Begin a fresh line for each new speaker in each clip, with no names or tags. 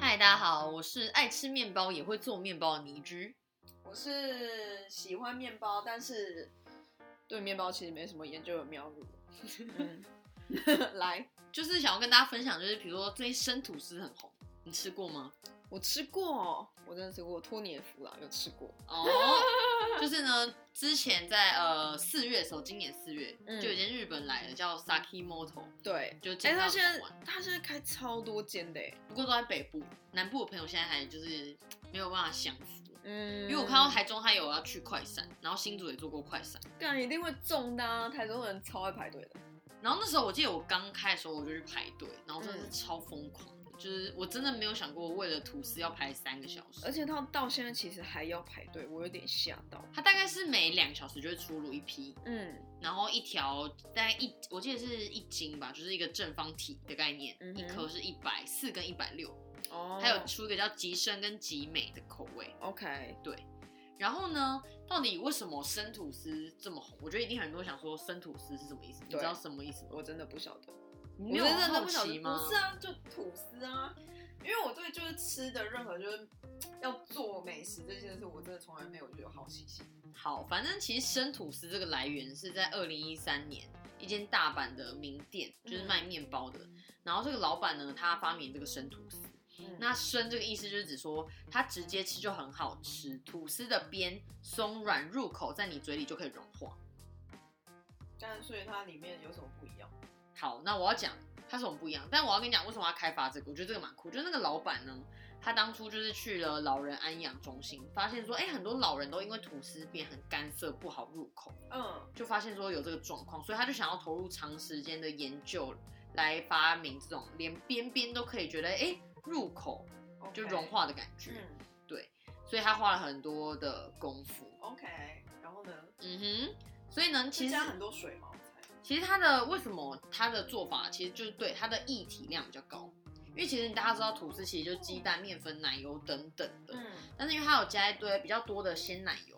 大家好，我是爱吃面包也会做面包的倪居。
我是喜欢面包，但是对面包其实没什么研究的喵如。
嗯
来，
就是想要跟大家分享，就是比如说最近生吐司很红，你吃过吗？
我吃过，哦我真的吃过，托尼也服啦，有吃过。
哦，就是呢，之前在呃四月的时候，今年四月、
嗯
就有一间日本来的叫 Saki Moto，
对，
就
哎、
见到
他现在
玩，
他现在开超多间的欸，
不过都在北部，南部的朋友现在还就是没有办法享福。
嗯
因为我看到台中他有要去快闪，然后新竹也做过快闪，
干一定会中的、啊，台中人超爱排队的。
然后那时候我记得我刚开的时候我就去排队，然后真
嗯
的是超疯狂的，就是我真的没有想过为了吐司要排三个小时，
而且他到现在其实还要排队，我有点吓到。
它大概是每两个小时就会出炉一批，
嗯
然后一条大概一，我记得是一斤吧，就是一个正方体的概念，
嗯哼
一颗是一百四跟一百六，
哦
还有出一个叫极生跟极美的口味。
OK，
然后呢，到底为什么生吐司这么红？我觉得一定很多人想说生吐司是什么意思？你
对
知道什么意思吗？
我真的不晓得，
你
我
没有
真的
好
不晓
奇
得，
吗？
不是啊，就吐司啊，因为我对就是吃的任何就是要做美食这件事，我真的从来没有有好奇心。
好，反正其实生吐司这个来源是在二零一三年一间大阪的名店，就是卖面包的。然后这个老板呢，他发明这个生吐司。那生这个意思就是指说，它直接吃就很好吃，吐司的边松软入口，在你嘴里就可以融化。
但所以它里面有什么不一样？
好，那我要讲它是我们不一样，但我要跟你讲为什么要开发这个，我觉得这个蛮酷。就是那个老板呢，他当初就是去了老人安养中心，发现说，哎、很多老人都因为吐司变很干涩，不好入口，
嗯
就发现说有这个状况，所以他就想要投入长时间的研究来发明这种连边边都可以觉得哎、诶入口
，OK，
就融化的感觉。
嗯
所以他花了很多的功夫。
，OK，然后呢？
嗯哼，所以呢，其实
是加很多水嘛，我猜。
其实他的为什么他的做法其实就是对它的液体量比较高，因为其实大家知道吐司其实就是鸡蛋、面粉、奶油等等的，
嗯，
但是因为它有加一堆比较多的鲜奶油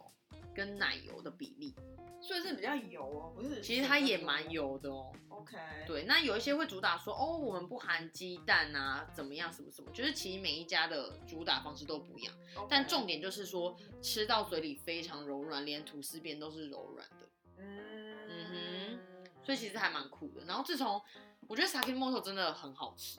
跟奶油的比例，
所以是比较油哦，不是？
其实它也蛮。油的哦。
OK，
对，那有一些会主打说哦，我们不含鸡蛋啊，怎么样，什么什么，就是其实每一家的主打方式都不一样，
OK，
但重点就是说吃到嘴里非常柔软，连吐司边都是柔软的。
嗯
嗯所以其实还蛮酷的。然后自从我觉得 Saki Moto 真的很好吃，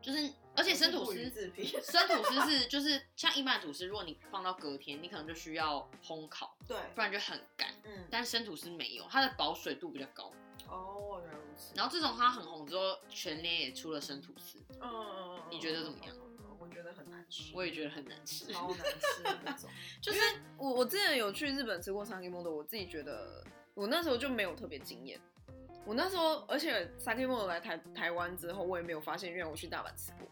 就是而且生吐
不予
司，
置评
生吐司是就是像一般的吐司，如果你放到隔天，你可能就需要烘烤，
对，
不然就很干。
嗯，
但生吐司没有，它的保水度比较高。
哦，原来如此。
然后自从它很红之后，全联也出了生吐司，
嗯嗯嗯，
你觉得怎么样
嗯？嗯嗯我觉得很难吃，
我也觉得很难吃。
超难吃的那种。
就是
哦我我之前有去日本吃过 sake modo，我自己觉得我那时候就没有特别惊艳。我那时候，而且 sake modo 来台台湾之后，我也没有发现，原来我去大阪吃过。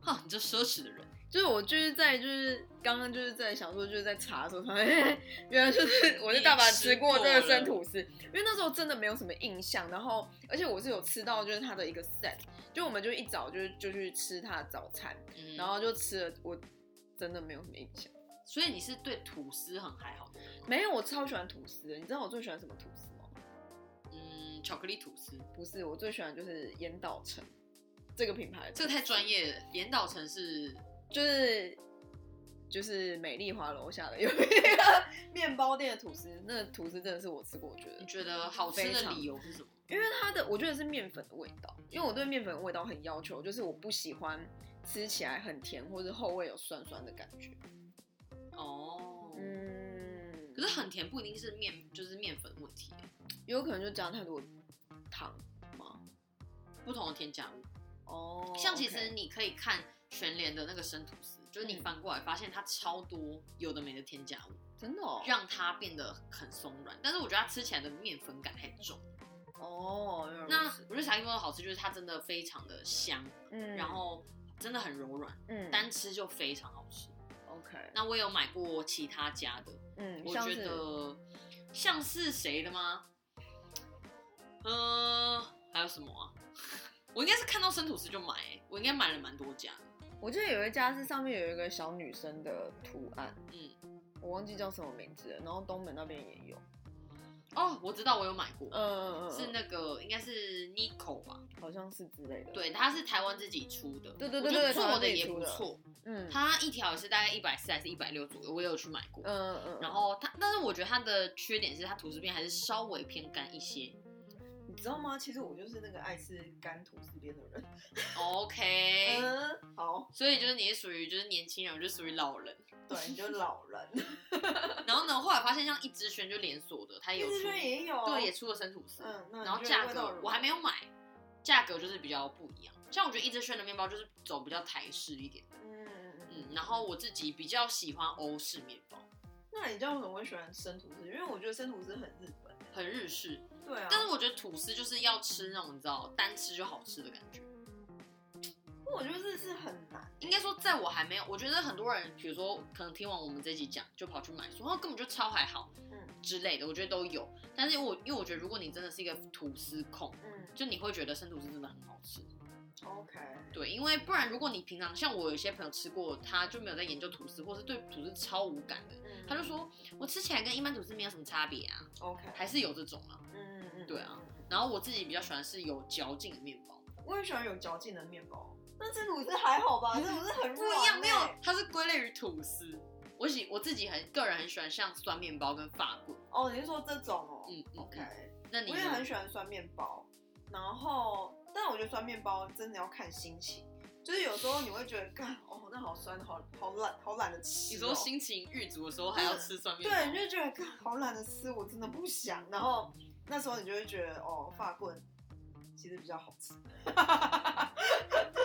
哈，你这奢侈的人，
就是我就是在就是刚刚就是在想说就是在查的时候，发现原来就是我在大阪吃过这个生吐司，因为那时候真的没有什么印象。然后而且我是有吃到就是它的一个 set，就我们就一早就就去吃它的早餐，
嗯、
然后就吃了，我真的没有什么印象。
所以你是对吐司很还好的人吗，
没有，我超喜欢吐司的。你知道我最喜欢什么吐司吗？
嗯，巧克力吐司，
不是，我最喜欢就是烟岛城这个品牌的吐
这
司，
个太专业了。岩岛城是
就是就是美丽华楼下的有一个 面包店的吐司，那个吐司真的是我吃过，我觉得
你觉得好吃
非
的
常
理由是什么？
因为它的我觉得是面粉的味道，因为我对面粉的味道很要求，就是我不喜欢吃起来很甜或者后味有酸酸的感觉。
哦，
嗯，
嗯可是很甜不一定是面，就是面粉问题，
有可能就加太多糖嘛。
不同的添加物。
哦，
像其实
OK
你可以看全联的那个生吐司，就是你
嗯
翻过来发现它超多有的没的添加物，
真的哦，
让它变得很松软。但是我觉得它吃起来的面粉感太重。
哦，原来如
那
此
我觉得小一锅的好吃就是它真的非常的香，
嗯
然后真的很柔软，
嗯
单吃就非常好吃。
OK，
那我也有买过其他家的，
嗯，
我
像
觉
是
得像是谁的吗？嗯、还有什么啊？ 我应该是看到生吐司就买、欸我应该买了蛮多家的。
我记得有一家是上面有一个小女生的图案，
嗯，
我忘记叫什么名字了。然后东门那边也有，
哦，我知道，我有买过，
嗯，
是那个应该是 Nico 吧？
好像是之类的。，
对，它是台湾自己出的，
对对
我
对
觉得
对
做的也
台湾自己出
不
的
错，
嗯，
它一条也是大概一百四还是一百六左右，我也有去买过。
嗯嗯，
然后它，但是我觉得它的缺点是它吐司边还是稍微偏干一些。
你知道吗？其实我就是那个爱吃干吐司边的人。
OK，、
嗯，好，
所以就是你是属于就是年轻人，我就属于老人。
对，你就是老人。
然后呢，后来发现像一之轩就连锁的，它也有
之
出，
轩 也有，哦
对，也出了生吐司。
嗯，那你
然后
觉得
价
味道
格
如何
我还没有买，价格就是比较不一样。像我觉得一之轩的面包就是走比较台式一点，
嗯，
嗯，然后我自己比较喜欢欧式面包，
那你知道为什么会喜欢生吐司？因为我觉得生吐司很日本。
很日式。
对啊，
但是我觉得吐司就是要吃那种你知道单吃就好吃的感觉。
我觉得这是很难。
应该说，在我还没有，我觉得很多人，比如说可能听完我们这集讲，就跑去买，说哦根本就超还好，
嗯
之类的，我觉得都有。但是我因为我觉得，如果你真的是一个吐司控，
嗯
就你会觉得生吐司真的很好吃，
，OK，
对，因为不然如果你平常像我有一些朋友吃过，他就没有在研究吐司，或是对吐司超无感的，
嗯
他就说我吃起来跟一般吐司没有什么差别啊，
OK，
还是有这种啊。
嗯嗯嗯，
对啊。然后我自己比较喜欢是有嚼劲的面包，
我也喜欢有嚼劲的面包，但生吐司还好吧？生吐司很
不一样，
软
没有
欸，
它是归类于吐司。我喜我自己很个人很喜欢像酸面包跟法棍，
哦，你是说这种哦？
嗯嗯
OK，
那你
我
呢
也很喜欢酸哦面包，然后，但我觉得酸面包真的要看心情，就是有时候你会觉得，干哦，那好酸，好好懒，好懒得吃、哦。
你说心情郁卒的时候还要吃酸面包，
对，你就觉得干好懒得吃，我真的不想。然后那时候你就会觉得，哦，法棍其实比较好吃。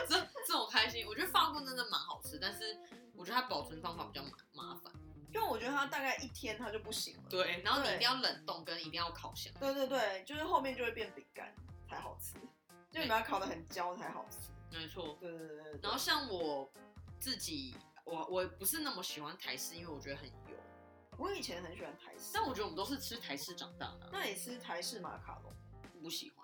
这这种开心，我觉得法棍真的蛮好吃，但是我觉得它保存方法比较麻麻烦。
因为我觉得它大概一天它就不行了。
对，然后你一
对
定要冷冻跟一定要烤箱。
对对对，就是后面就会变饼干才好吃，就你把它烤得很焦才好吃。
没错。
对对对对对。
然后像我自己，我我不是那么喜欢台式，因为我觉得很油。
我以前很喜欢台式
但，我觉得我们都是吃台式长大的啊，
那你吃台式马卡龙？
不喜欢。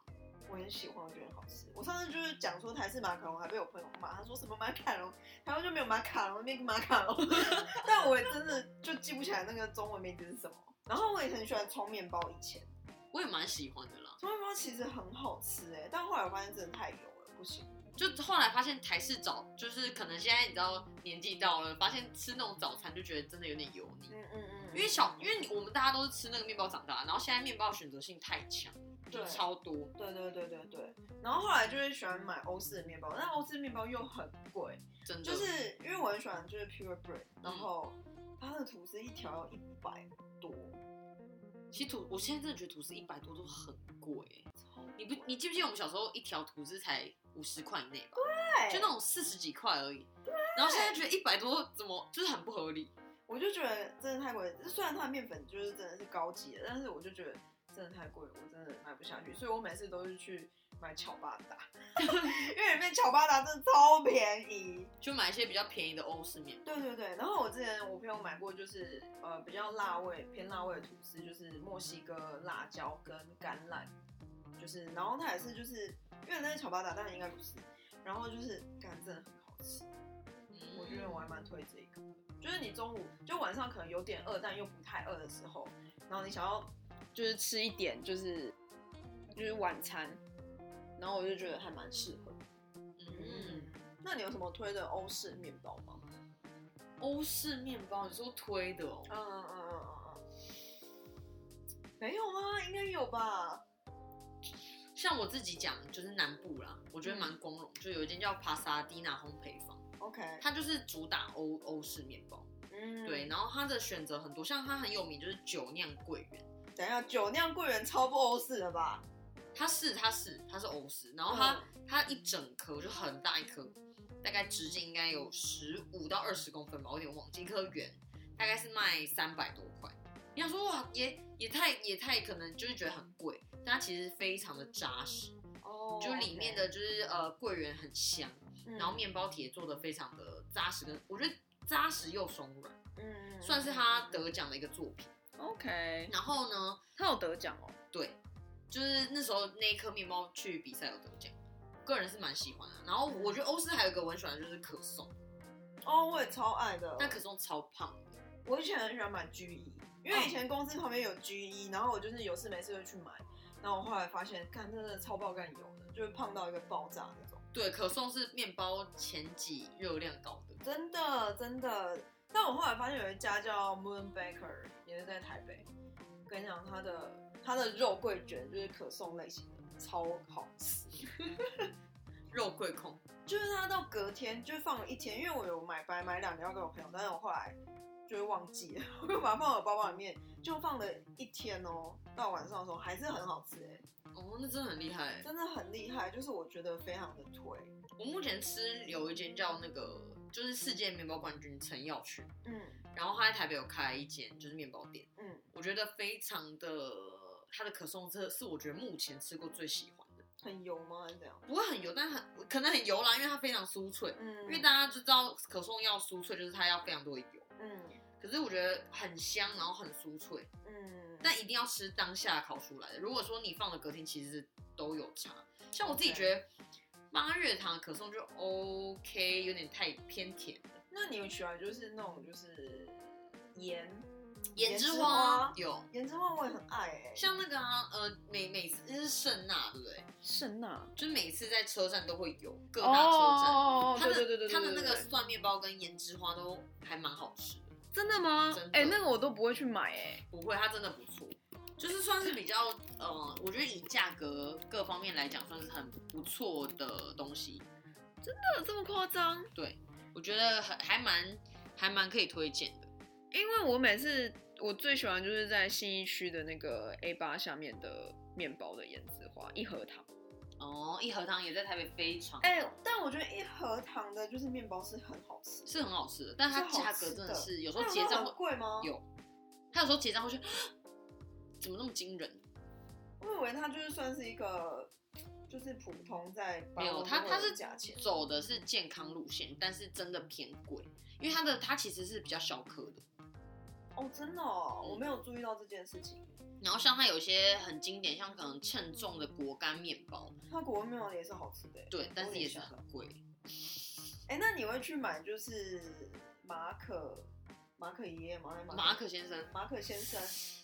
我很喜欢，我觉得很好吃。我上次就是讲说台式马卡龙，还被我朋友骂，他说什么马卡龙，台湾就没有马卡龙，那个马卡龙， 但我也真的就记不起来那个中文名字是什么。然后我也很喜欢葱面包，以前
我也蛮喜欢的啦。
葱面包其实很好吃哎、但后来我发现真的太油了，不行。
就后来发现台式早，就是可能现在你知道年纪到了，发现吃那种早餐就觉得真的有点油腻。
嗯嗯嗯，
因为小，因为你我们大家都是吃那个面包长大，然后现在面包的选择性太强，就
对
超多。
对对对对对。然后后来就会喜欢买欧式的面包，但欧式面包又很贵，
真的嗯
就是因为我很喜欢就是 pure bread，然后它的吐司一条要一百多，
其实吐，我现在真的觉得吐司一百多都很贵欸。
超
你不，你记不记得我们小时候一条吐司才五十块以内吧？
贵
就那种四十几块而已。然后现在觉得一百多怎么就是很不合理。
我就觉得真的太贵，虽然它的面粉就是真的是高级的，但是我就觉得真的太贵，我真的买不下去，所以我每次都是去买巧巴达， 因为里面巧巴达真的超便宜。
就买一些比较便宜的欧式面包，
对对对，然后我之前我朋友买过，就是呃比较辣味偏辣味的吐司，就是墨西哥辣椒跟橄榄，就是然后它也是就是因为那是巧巴达，但应该不是，然后就是感真的很好吃。我觉得我还蛮推这个的，就是你中午就晚上可能有点饿，但又不太饿的时候，然后你想要就是吃一点，就是就是晚餐，然后我就觉得还蛮适合。
嗯，，
那你有什么推的欧式面包吗？
欧式面包你说推的哦，
嗯嗯嗯嗯嗯嗯，没有吗？应该有吧。
像我自己讲就是南部啦，我觉得
嗯
蛮光荣，就有一间叫帕萨蒂娜烘焙坊，
OK，
它就是主打欧欧式面包，
嗯，
对，。然后它的选择很多，像它很有名就是酒酿桂圆。
等一下，酒酿桂圆超不欧式了吧？
它是它是它是欧式，然后它、
嗯
它一整颗就很大一颗，大概直径应该有十五到二十公分吧，我有点忘记，一颗圆，大概是卖三百多块。你想说哇，也也太也太可能就是觉得很贵，但它其实非常的扎实，
哦
就里面，的就是呃桂圆很香，
嗯
然后，面包体也做的非常的扎实跟，我觉得扎实又松软，
嗯
算是他得奖的一个作品。
OK，
然后呢，
他有得奖哦。
对，就是那时候那一颗面包去比赛有得奖，个人是蛮喜欢的。然后我觉得欧式还有一个我很喜欢的就是可颂，
哦，我也超爱的。
但可颂超胖的，
我以前很喜欢买 G 一，因为以前公司旁边有 G 一，然后我就是有事没事就去买，然后我后来发现，看真的超爆干油的，就是胖到一个爆炸那种，
对，可颂是面包前几热量高的，
真的真的。但我后来发现有一家叫 Moon Baker，也是在台北，跟你讲它的它的肉桂卷就是可颂类型的，超好吃。
肉桂控。
就是它到隔天就是放了一天，因为我有买白买两个要给我朋友，但是我后来就是忘记了， 我就把它放我包包里面，就放了一天哦。到晚上的时候还是很好吃哎、
哦，那真的很厉害欸。
真的很厉害，就是我觉得非常的推。
我目前吃有一间叫那个，就是世界面包冠军陈耀群，
嗯
然后他在台北有开一间就是面包店，
嗯，
我觉得非常的，它的可颂这是我觉得目前吃过最喜欢的，
很油吗？还是怎样？
不会很油，但很可能很油啦，因为它非常酥脆，
嗯，
因为大家就知道可颂要酥脆，就是它要非常多的油，
嗯
可是我觉得很香，然后很酥脆，
嗯，
但一定要吃当下烤出来的。如果说你放了隔天，其实都有差。像我自己觉得八月堂的可颂就 OK，有点太偏甜了。
那你有喜欢就是那种就是盐
盐
之
之
花
花有，
盐之花我也很爱哎、
像那个啊，呃，每每次这是圣娜，对不对？
圣娜
就是每次在车站都会有各
哦
大车站。它的
对对对对，
它的那个
对
蒜面包跟盐之花都还蛮好吃的，
真的吗
真？的
哎、那个我都不会去买哎、
不会，它真的不错，就是算是比较，呃，我觉得以价格各方面来讲，算是很不错的东西。
真的这么夸张？
我觉得很还蛮还蛮可以推荐的。
因为我每次我最喜欢就是在信义区的那个 A 八下面的面包的盐渍花一盒糖。
哦，一盒汤也在台北非常，
哎、但我觉得一盒糖的就是面包是很好吃，
是很好吃的，但它价格真的是有时候
那
结
它
账
很
会
贵吗？，
有，它有时候结账会觉得 怎么那么惊人？
我以为它就是算是一个就是普通在
没有，它
它
它是
价钱，
走的是健康路线，但是真的偏贵，因为它的它其实是比较小颗的。
哦，真的哦，
嗯
我没有注意到这件事情。
然后像它有一些很经典，像可能称重的果干面包，
它国外面包也是好吃的耶，欸
对，但
我
是
也
也是
想
很贵。
哎、那你会去买就是马可马可爷爷吗？还是
马可先生，
马可先生，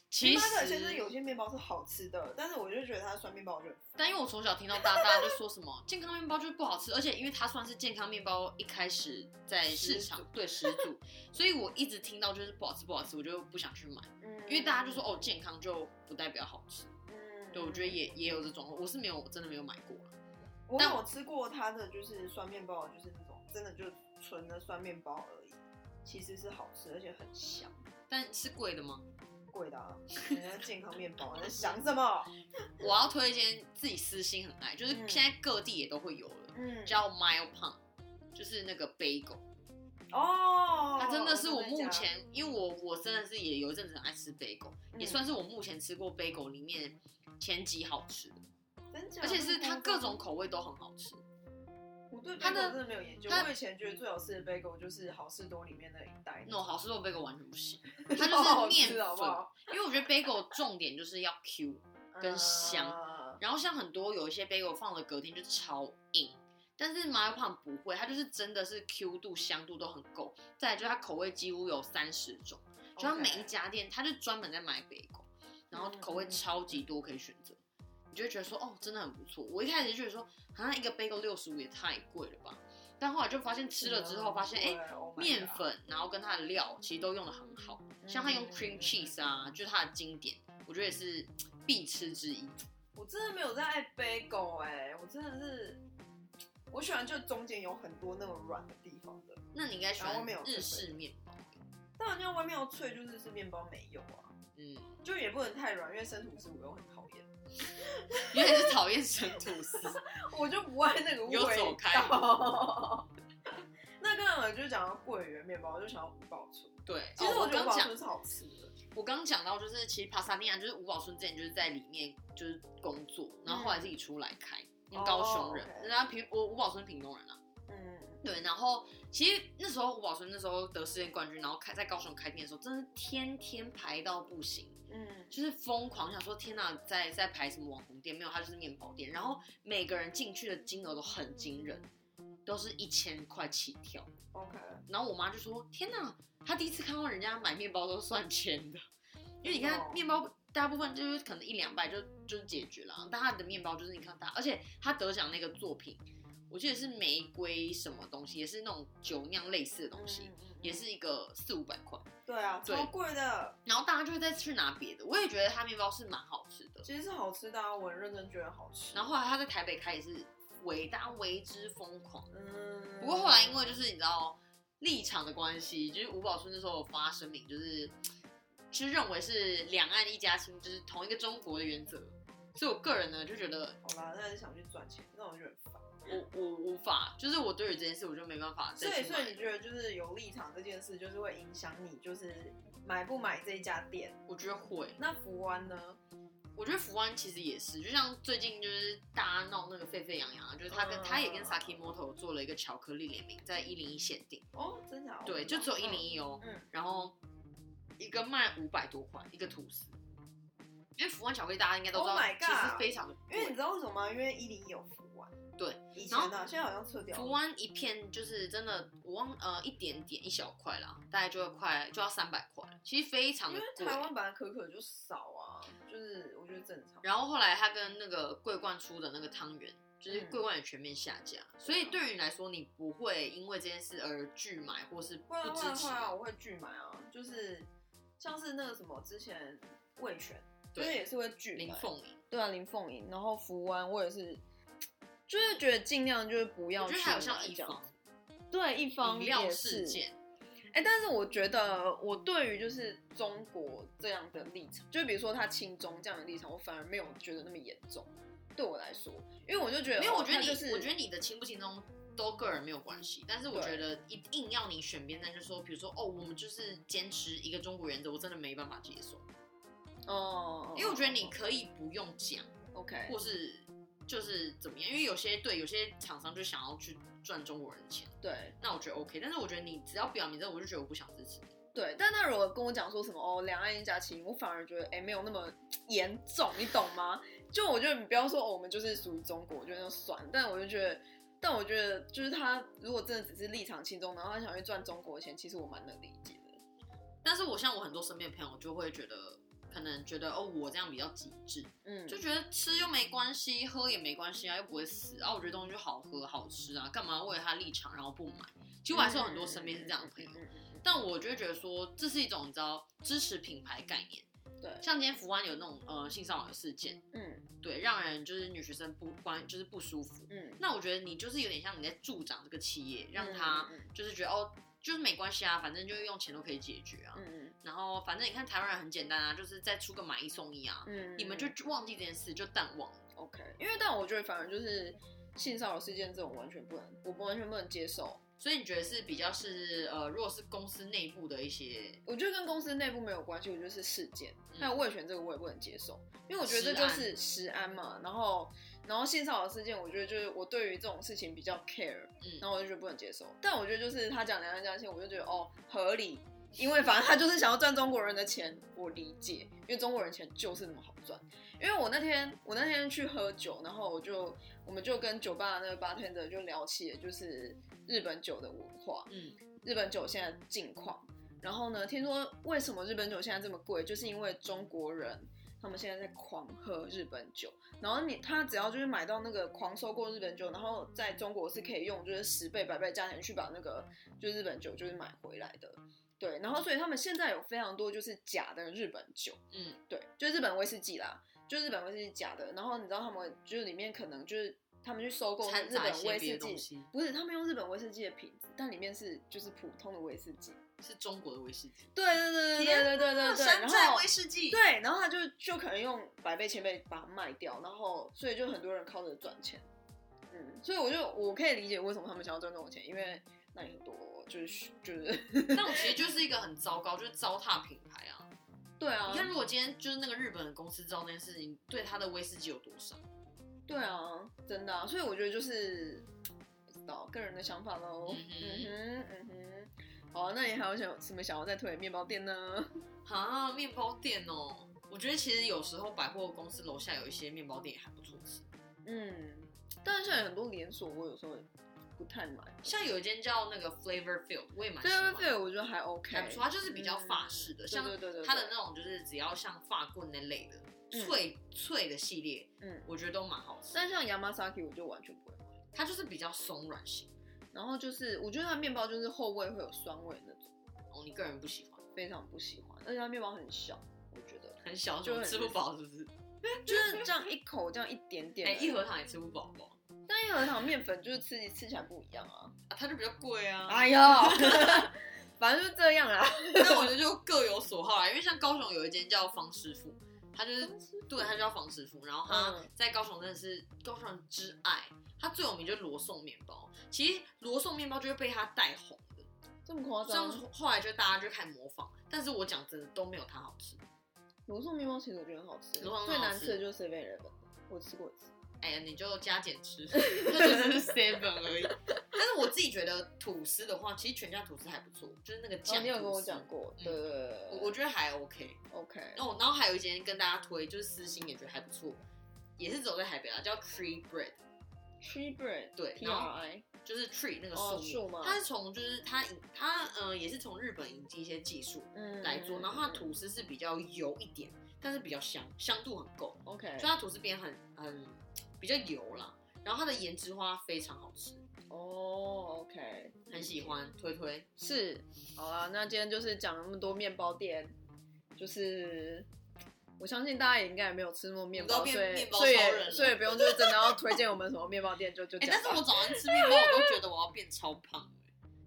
其实
马可先生有些面包是好吃的，但是我就觉得它的酸面包我就很
但因为我从小听到大，大家就说什么 健康面包就是不好吃，而且因为它算是健康面包一开始在市
始
场
祖
对始祖，所以我一直听到就是不好吃不好吃，我就不想去买，
嗯，
因为大家就说哦健康就不代表好吃，
嗯
对我觉得也也有这种，我是没有我真的没有买过啦
我
但
有吃过它的就是酸面包，就是那种真的就纯的酸面包而已，其实是好吃，而且很香，
但是贵的吗？
贵的、啊，人家健康面包，你在想什么？
我要推荐自己私心很爱，就是
嗯
现在各地也都会有了，
嗯，
叫 Mile Pound，就是那个 bagel，
哦，
它真的是我
在家
目前，因为我我真的是也有一阵子很爱吃 bagel，也
嗯
算是我目前吃过 bagel 里面前几好吃的，
真假
而且是它各种
口。
口味都很好吃。
我对
它
bagel
的
真的没有研究，
它
我以前觉得最好吃的 bagel 就是好事多里面那一袋，
那我好吃做 bagel 完全不行，
它
它就是
好
面
吃
粉，
好不好？嗯
因为我觉得 bagel 重点就是要 Q，跟香
啊
然后像很多有一些 bagel 放了隔天就超硬。但是麻油胖不会，它就是真的是 Q 度、香度都很够，再来就是它口味几乎有三十种，就它
OK 嗯
每一家店，它就专门在卖 bagel，然后口味超级多可以选择，你就会觉得说哦，真的很不错。我一开始就觉得说，好像一个 bagel 六十五也太贵了吧，但后来就发现吃了之后发现，哎、
对，Oh my
面
God
粉，然后跟它的料其实都用的很好，
嗯
像它用 cream cheese 啊，就是它的经典，我觉得也是必吃之一。
我真的没有在爱 bagel 哎、我真的是，我喜欢就中间有很多那种软的地方的，
那你应该喜
然后
欢
我没有
日式面包，
但好像外面要脆，就是是面包没有啊，
嗯，
就也不能太软，因为生吐司我又很讨厌，
因为是讨厌生吐司，
我就不爱那个味
有走开
道。 那刚刚我就讲到桂圆面包，我就想要五宝村。
对。
其实
哦、
我
我
觉得
刚
五宝
讲
村，是好吃的。
我刚讲到就是，其实帕萨尼亚就是五宝村之前就是在里面就是工作，然后后来自己出来开，因为高雄人
嗯哦，，OK
人家平我五宝村屏东人啊，
嗯，
对。然后其实那时候五宝村那时候得世界冠军，然后开在高雄开店的时候，真的是天天排到不行。
嗯，
就是疯狂想说天呐，在在排什么网红店？没有，它就是面包店。然后每个人进去的金额都很惊人，都是一千块起跳。
OK，
然后我妈就说：“天哪，她第一次看到人家买面包都算钱的，因为你看
哦
面包大部分就是可能一两百就就解决了，啊但她的面包就是你看她，而且她得奖那个作品，我记得是玫瑰什么东西，也是那种酒酿类似的东西，
嗯
也是一个四五百块。
对啊，
对
超贵的，
然后大家就会再去拿别的。我也觉得她面包是蛮好吃的。
其实是好吃的啊，我很认真觉得好吃。
然后后来她在台北开也是为大家为之疯狂。”
嗯，
不过后来因为就是你知道立场的关系，就是吴宝春那时候有发声明，就是就是认为是两岸一家亲，就是同一个中国的原则。所以我个人呢就觉得
好啦，那你想去赚钱，那我就很烦。
我我无法，就是我对于这件事我就没办法
所
再
以，
去
所以你
买。
觉得就是有立场这件事，就是会影响你，就是买不买这一家店？
我觉得会，
那福湾呢？
我觉得福安其实也是，就像最近就是大家闹那个沸沸扬扬啊，就是他跟、
嗯
他也跟 Saki Moto 做了一个巧克力联名，在一零一限定，
哦，真假的？
对，就只有一零一哦，
嗯
然后一个卖五百多块一个吐司，因为福安巧克力大家应该都知道
Oh my
其
god
实非常的
因为你
贵
知。道为什么吗？因为一零有福湾。
对，
以前呢、现在好像撤掉
福
了。
安一片就是真的，我忘呃一点点一小块啦，大概就要快就要三百块了，嗯其实非常
因
的
为
贵。
台湾本来可可就少啊，就是我觉得正常。
然后后来他跟那个桂冠出的那个汤圆，就是
嗯
桂冠也全面下架，所以对于你来说，你不会因为这件事而拒买或是
会啊
不
会
支
啊
持
会。啊，我会拒买啊，就是像是那个什么之前味全，就是
对
也是会拒买。
林凤营，
对啊，林凤营，然后福湾我也是，就是觉得尽量就是不要
我觉
去
得
买这
还有
样子。
像一方
对一方
饮料
也
事
是。
件，
哎、但是我觉得我对于就是中国这样的立场，就比如说他亲中这样的立场，我反而没有觉得那么严重。对我来说，因为我就觉得，
没有，我觉得
哦
你，
他就是，
我觉得你的轻不轻松都个人没有关系，但是我觉
对
得一定要你选边站，就是说，比如说哦，我们就是坚持一个中国原则，我真的没办法接受，
哦，
因为我觉得你可以不用讲，
OK，
或是就是怎么样，因为有些对有些厂商就想要去赚中国人的钱，
对
那我觉得 OK，但是我觉得你只要表明这个，我就觉得我不想支持你，
对。但他如果跟我讲说什么哦，两岸一家亲，我反而觉得哎、没有那么严重，你懂吗？就我觉得你不要说哦，我们就是属于中国，我觉得就算了。但我就觉得，但我觉得就是他如果真的只是立场亲中，然后他想去赚中国的钱，其实我蛮能理解的。
但是我像我很多身边的朋友就会觉得，可能觉得哦，我这样比较极致，
嗯，
就觉得吃又没关系，喝也没关系啊，又不会死啊。我觉得东西就好喝好吃啊，干嘛为了他立场然后不买？其实我还是有很多身边是这样的朋友，
嗯嗯嗯嗯嗯
但我就会觉得说这是一种你知道支持品牌概念。
对
像今天福安有那种呃性骚扰的事件，
嗯
对，让人就是女学生不关就是不舒服。
嗯，
那我觉得你就是有点像你在助长这个企业，让
嗯
他就是觉得哦，就是没关系啊，反正就是用钱都可以解决啊。
嗯
然后反正你看台湾人很简单啊，就是再出个买一送一啊，
嗯，
你们就忘记这件事就淡忘了。
OK，因为但我觉得反而就是性骚扰事件这种完全不能，我不完全不能接受。
所以你觉得是比较是呃，如果是公司内部的一些，
我觉得跟公司内部没有关系，我觉得是事件，
嗯
还有魏权这个我也不能接受，因为我觉得这就是食安嘛，然后然后性骚扰事件，我觉得就是我对于这种事情比较 care，
嗯
然后我就觉得不能接受，但我觉得就是他讲两岸家亲，我就觉得哦合理，因为反正他就是想要赚中国人的钱，我理解，因为中国人钱就是那么好赚，因为我那天我那天去喝酒，然后我就我们就跟酒吧的那个 bartender 就聊起了就是日本酒的文化，
嗯，
日本酒现在的近况。然后呢，听说为什么日本酒现在这么贵，就是因为中国人他们现在在狂喝日本酒。然后你他只要就是买到那个狂收购日本酒，然后在中国是可以用就是十倍、百倍价钱去把那个就是日本酒就是买回来的。对，然后所以他们现在有非常多就是假的日本酒，
嗯，
对，就日本威士忌啦，就日本威士忌假的。然后你知道他们就是里面可能就是他们去收购
掺
日
杂一
本
些
威
别
士
的东
忌，
西，
不是，他们用日本威士忌的瓶子，但里面是就是普通的威士忌。
是中国的威士忌，
对对对对对对对对对，然后
士忌对，
对，然后他就就可能用百倍千倍把它卖掉，然后所以就很多人靠着赚钱。嗯，所以我就我可以理解为什么他们想要赚这种钱，因为那里很多就是就是
那种其实就是一个很糟糕，就是糟蹋品牌啊。
对啊，
你看，如果今天就是那个日本的公司知道那件事情，对他的威士忌有多伤？
对啊，真的啊、所以我觉得就是不知道个人的想法喽。
嗯
嗯哼嗯哼，好啊、那你还有想什么想要再推的面包店呢？
啊，面包店哦，我觉得其实有时候百货公司楼下有一些面包店也还不错吃。
嗯，但是现在有很多连锁，我有时候也不太买。
像有一间叫那个 Flavor Field，我也蛮喜
对啊
欢
对
的。
对，我觉得还
还
OK，
不错，它就是比较法式的，
嗯
像
对对对对对
它的那种就是只要像法棍那类的、
嗯
脆脆的系列，
嗯。
我觉得都蛮好吃。
但像 Yamasaki 我就完全不会买，
它就是比较松软型。
然后就是我觉得它面包就是后味会有酸味那种，
哦，你个人不喜欢，
非常不喜欢，而且它面包很小，我觉得
很小
就
就
很
吃不饱，是不 是？
就是这样一口这样一点点，
哎、一盒糖也吃不饱吧？
但一盒糖面粉就是吃吃起来不一样啊。
啊，它就比较贵啊。
哎呀，反正就这样啦。
但我觉得就各有所好啦，因为像高雄有一间叫方师傅，他就是对，他叫方师傅，然后他
嗯
在高雄真的是高雄人之爱，他最有名就是罗宋面包，其实罗宋面包就是被他带红的，
这么夸
这样
张？
后来就大家就开始模仿，但是我讲真的都没有他好吃。
罗宋面包其实我觉得很好吃，
罗宋
最
很好
难
吃
吃的就是 Seven Eleven，我吃过一次。
哎呀，你就加减吃， 那就只是 seven 而已。但是我自己觉得吐司的话，其实全家吐司还不错，就是那个
哦，
酱、
你有跟我讲，过，
嗯
对对对对
我
对，
我觉得还 OK。
OK，
然后，然后还有一间跟大家推，就是私心也觉得还不错，也是走在台北啊，叫 Tree Bread，
Tree Bread，
对
T
然后
R I，
就是 Tree 那个
哦
树
树吗
木，它是从就是它引它呃也是从日本引进一些技术
嗯
来做，然后它的吐司是比较油一点，但是比较香，香度很够，
嗯 OK，
所以它吐司边很很比较油啦。然后它的盐之花非常好吃，
哦 OK，
很喜欢，推推。哎
是，好啦，那今天就是讲那么多面包店，就是我相信大家也应该也没有吃过面
我
包，
们都
所
变
以
面包
所以
超人了
也所以也不用就是真的要推荐我们什么面包店，就就
哎、
讲吧。
但是我早上吃面包，我都觉得我要变超胖了欸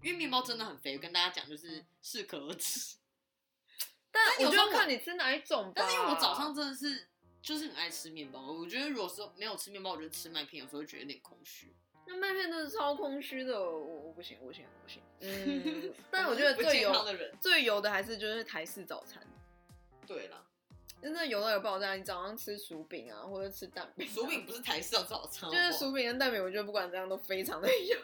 因为面包真的很肥。我跟大家讲，就是适可而止。
嗯但
但有
我就
时候
要
我
看你吃哪一种吧。
但是因为我早上真的是就是很爱吃面包，我觉得如果说没有吃面包，我觉得吃麦片有时候会觉得有点空虚。
那麦片真的超空虚的，我我不行，我不行，我 不行。嗯，但我觉得
不
最
健康
油
的人，
最油的还是就是台式早餐，
对了，
真的油到有爆炸。你早上吃薯饼啊，或者吃蛋饼啊、
薯饼不是台式的早餐，
就是
好不好
薯饼跟蛋饼，我觉得不管怎样都非常的油。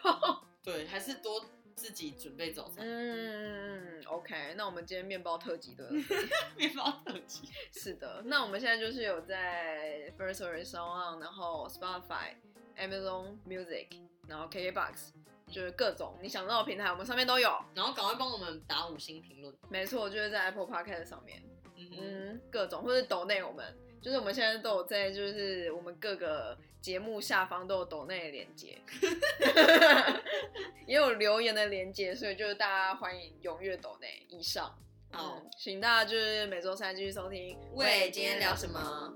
对，还是多自己准备早餐。
嗯，OK，那我们今天面包特辑的，
面包特辑，
是的，那我们现在就是有在 First Story s o n 然后 Spotify、Amazon Music，然后 KKBox，就是各种你想到的平台，我们上面都有。
然后赶快帮我们打五星评论。
没错，就是在 Apple Podcast 上面，
嗯哼，
嗯，各种或者抖内我们，就是我们现在都有在，就是我们各个节目下方都有抖内的 连接，也有留言的连接，所以就是大家欢迎踊跃抖内以上。嗯
好，
嗯，请大家就是每周三继续收听。
喂，今天聊什么？